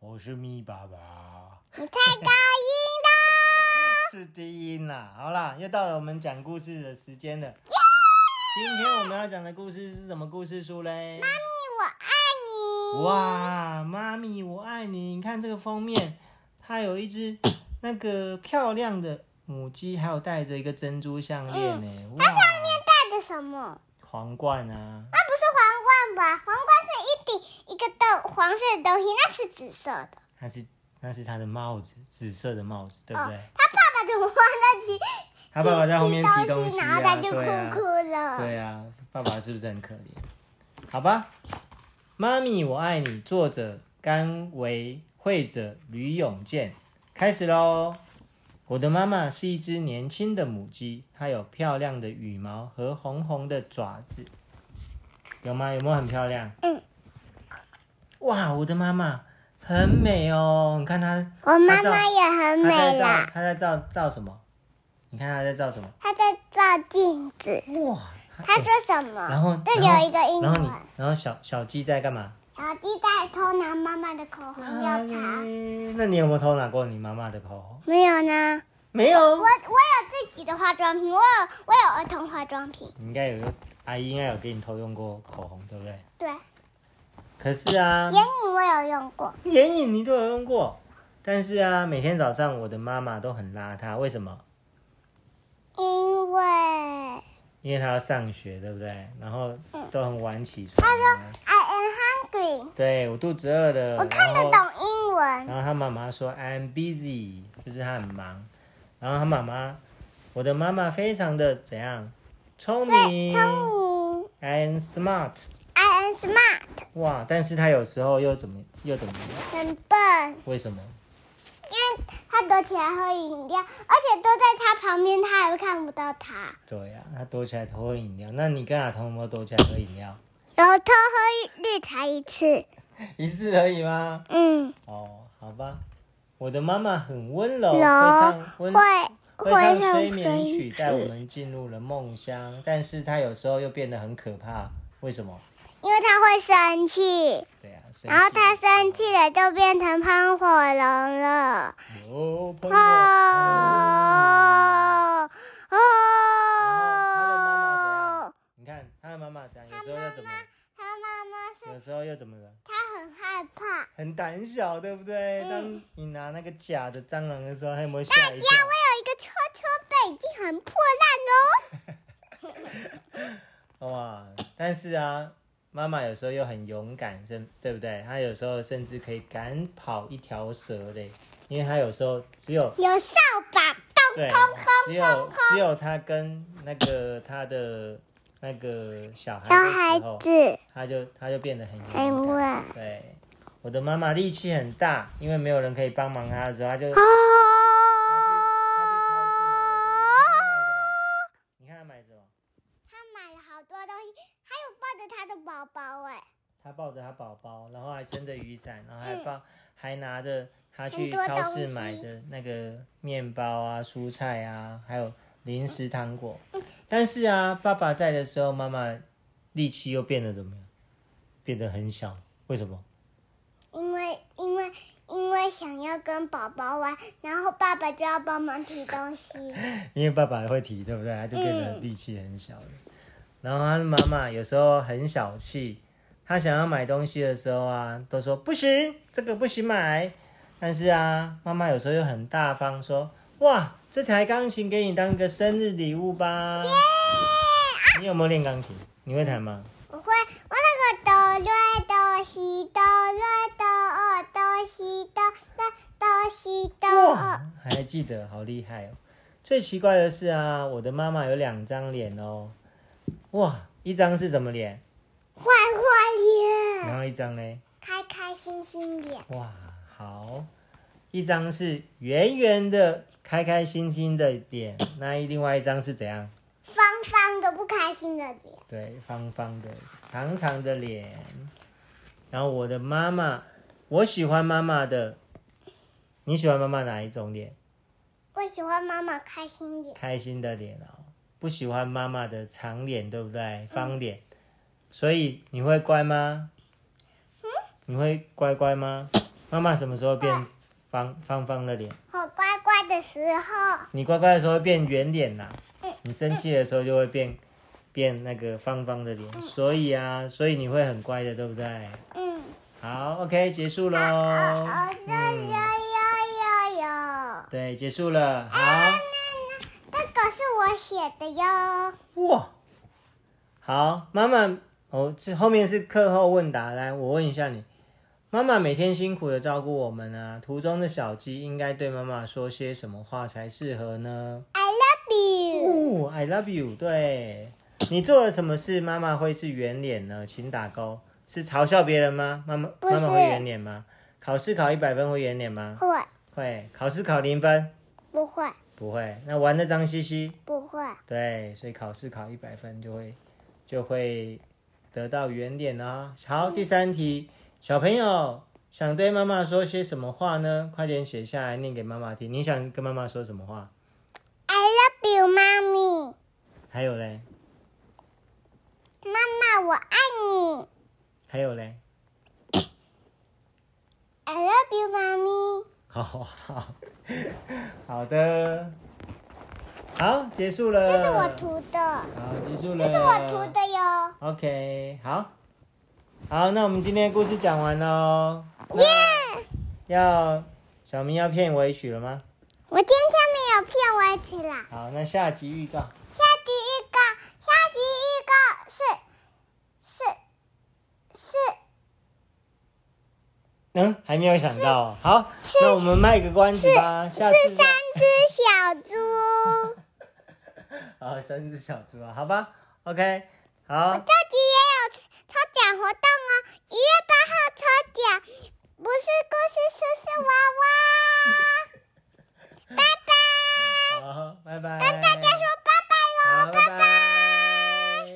我是咪爸爸，你太高音是低音啦。好啦，又到了我们讲故事的时间了。今天我们要讲的故事是什么故事书嘞？了，我爱你。哇，妈咪，我爱你！你看这个封面，它有一只 那个漂亮的母鸡，还有戴着一个珍珠项链嗯呢。哇，戴的什么？皇冠啊！那不是皇冠吧？皇冠是一顶一个豆黄色的东西，那是紫色的。那是那是他的帽子，紫色的帽子，对哦不对？，他爸爸怎么放那几？他爸爸在后面东提东西然后啊，他就对啊哭，哭了。对啊，爸爸是不是很可怜？好吧，《妈咪我爱你》作者甘为，绘者吕永健，开始喽。我的妈妈是一只年轻的母鸡，它有漂亮的羽毛和红红的爪子，有吗？有没有很漂亮？嗯。哇，我的妈妈很美哦！你看它，我妈妈也很它在美照啦，，它在照照什么？你看它在照什么？她在照镜子。哇！她说什么？然后，啊这然后有一个英然文后你，然后小小鸡在干嘛？小弟在偷拿妈妈的口红要擦，哎那你有没有偷拿过你妈妈的口红？没有呢。没有我我，有自己的化妆品，我有我有儿童化妆品。你应该有阿姨应该有给你偷用过口红，对不对？对，可是啊，眼影我有用过，眼影你都有用过，但是啊，每天早上我的妈妈都很邋遢，为什么？因为啊，因为她要上学，对不对？然后都很晚嗯起她床说啊。 I am hungry，对我肚子饿了，我看得然后懂英文。然后他妈妈说 I'm busy，就是他很忙。然后他妈妈，我的妈妈非常的怎样，聪对，明聪明，and smart。 ，I am smart，哇，但是她有时候又怎么又怎么？很笨，为什么？因为他躲起来喝饮料，而且都在他旁边，他还会看不到他。对呀、她躲起来偷喝饮料。那你跟阿童有没有躲起来喝饮料？然后偷喝绿茶一次，一次而已吗？嗯，哦，好吧。我的妈妈很温柔，会然唱后温会会会唱让催眠人曲，带我死们进入了梦乡。但是她有时候又变得很可怕，为什么？因为他会生气。对啊呀、生然后气他生气了，就变成喷火龙了。哦，朋友。哦妈哦！你看他的妈妈这样，有时候又怎么了，他妈妈是，有时候又怎么了，他很害怕。很胆小，对不对？嗯当你拿那个假的蟑螂的时候，他有没有吓大家，我一有跳？一个车车背，已经很破烂哦喽。哇！但是啊，妈妈有时候又很勇敢，甚对不对？她有时候甚至可以赶跑一条蛇嘞，因为她有时候只有有扫把，咚对咚，只咚有咚只有她跟那个她的那个小孩小的孩时候，子她就她就变得很勇很敢。稳。对，我的妈妈力气很大，因为没有人可以帮忙她的时候，她就她去她去超市买哦了什么她买了什么。你看她买什么？他买了好多东西，还有抱着他的宝宝哎，她抱着她宝宝，然后还撑着雨伞，然后还抱、还拿着她去很多超市东西买的那个面包啊、蔬菜啊，还有零食糖果。但是啊，爸爸在的时候，妈妈力气又变得怎么样？变得很小，为什么？因为因为因为想要跟宝宝玩，然后爸爸就要帮忙提东西。因为爸爸会提，对不对？他就变得嗯力气很小了。然后他的妈妈有时候很小气，他想要买东西的时候啊，都说不行，这个不行买。但是啊，妈妈有时候又很大方，说哇，这台钢琴给你当一个生日礼物吧。你有没有练钢琴？你会弹吗？我会，我那个哆来哆西哆来哆哦哆西哆来哆西哆哇哦，，还记得，好厉害哦！最奇怪的是啊，我的妈妈有两张脸哦。哇，一张是什么脸？坏坏然脸，后一张呢？开开心心脸，哇，好，一张是圆圆的、开开心心的脸，那另外一张是怎样？方方的不开心的脸，对，方方的、长长的脸。然后我的妈妈，我喜欢妈妈的，你喜欢妈妈哪一种脸？我喜欢妈妈开心脸，开心的脸哦，不喜欢妈妈的长脸，对不对？方脸。所以你会乖吗？你会乖乖吗？妈妈妈什么时候变方方方的脸？我乖乖的时候，你乖乖的时候会变圆脸啦嗯，你生气的时候就会变变那个方方的脸，所以啊，所以你会很乖的，对不对？嗯，好，OK，结束喽。哦，这有嗯，有有有。对，结束了。好，这个是我写的哟。哇，好，妈妈，哦，这后面是课后问答，来，我问一下你，妈妈每天辛苦的照顾我们啊，途中的小鸡应该对妈妈说些什么话才适合呢？ I love you。哦，I love you。对，你做了什么事，妈妈会是圆脸呢？请打勾。是嘲笑别人吗？妈妈不是妈妈会圆脸吗？考试考一百分会圆脸吗？会会。考试考零分不会？不会。那玩的脏兮兮，不会。对，所以考试考一百分就会就会得到圆点啦、好，嗯第三题，小朋友想对妈妈说些什么话呢？快点写下来念给妈妈听。你想跟妈妈说什么话？ I love you，妈咪。还有嘞，妈妈，我爱你。还有嘞， I love you，妈咪。好好好，好的，好，结束了。这是我涂的，好，结束了。这是我涂的哟。 OK，好，好，那我们今天的故事讲完喽。耶！要小明要片尾曲了吗？我今天没有骗我起来。好，那下集预告。下集预告，下集预告是是是嗯，还没有想到哦、好，那我们卖个关子吧，下是次三再。只小猪。好，三只小猪啊，好吧，OK，好这，集也有抽奖活动哦，一月八号抽奖，不是故事，是是娃娃。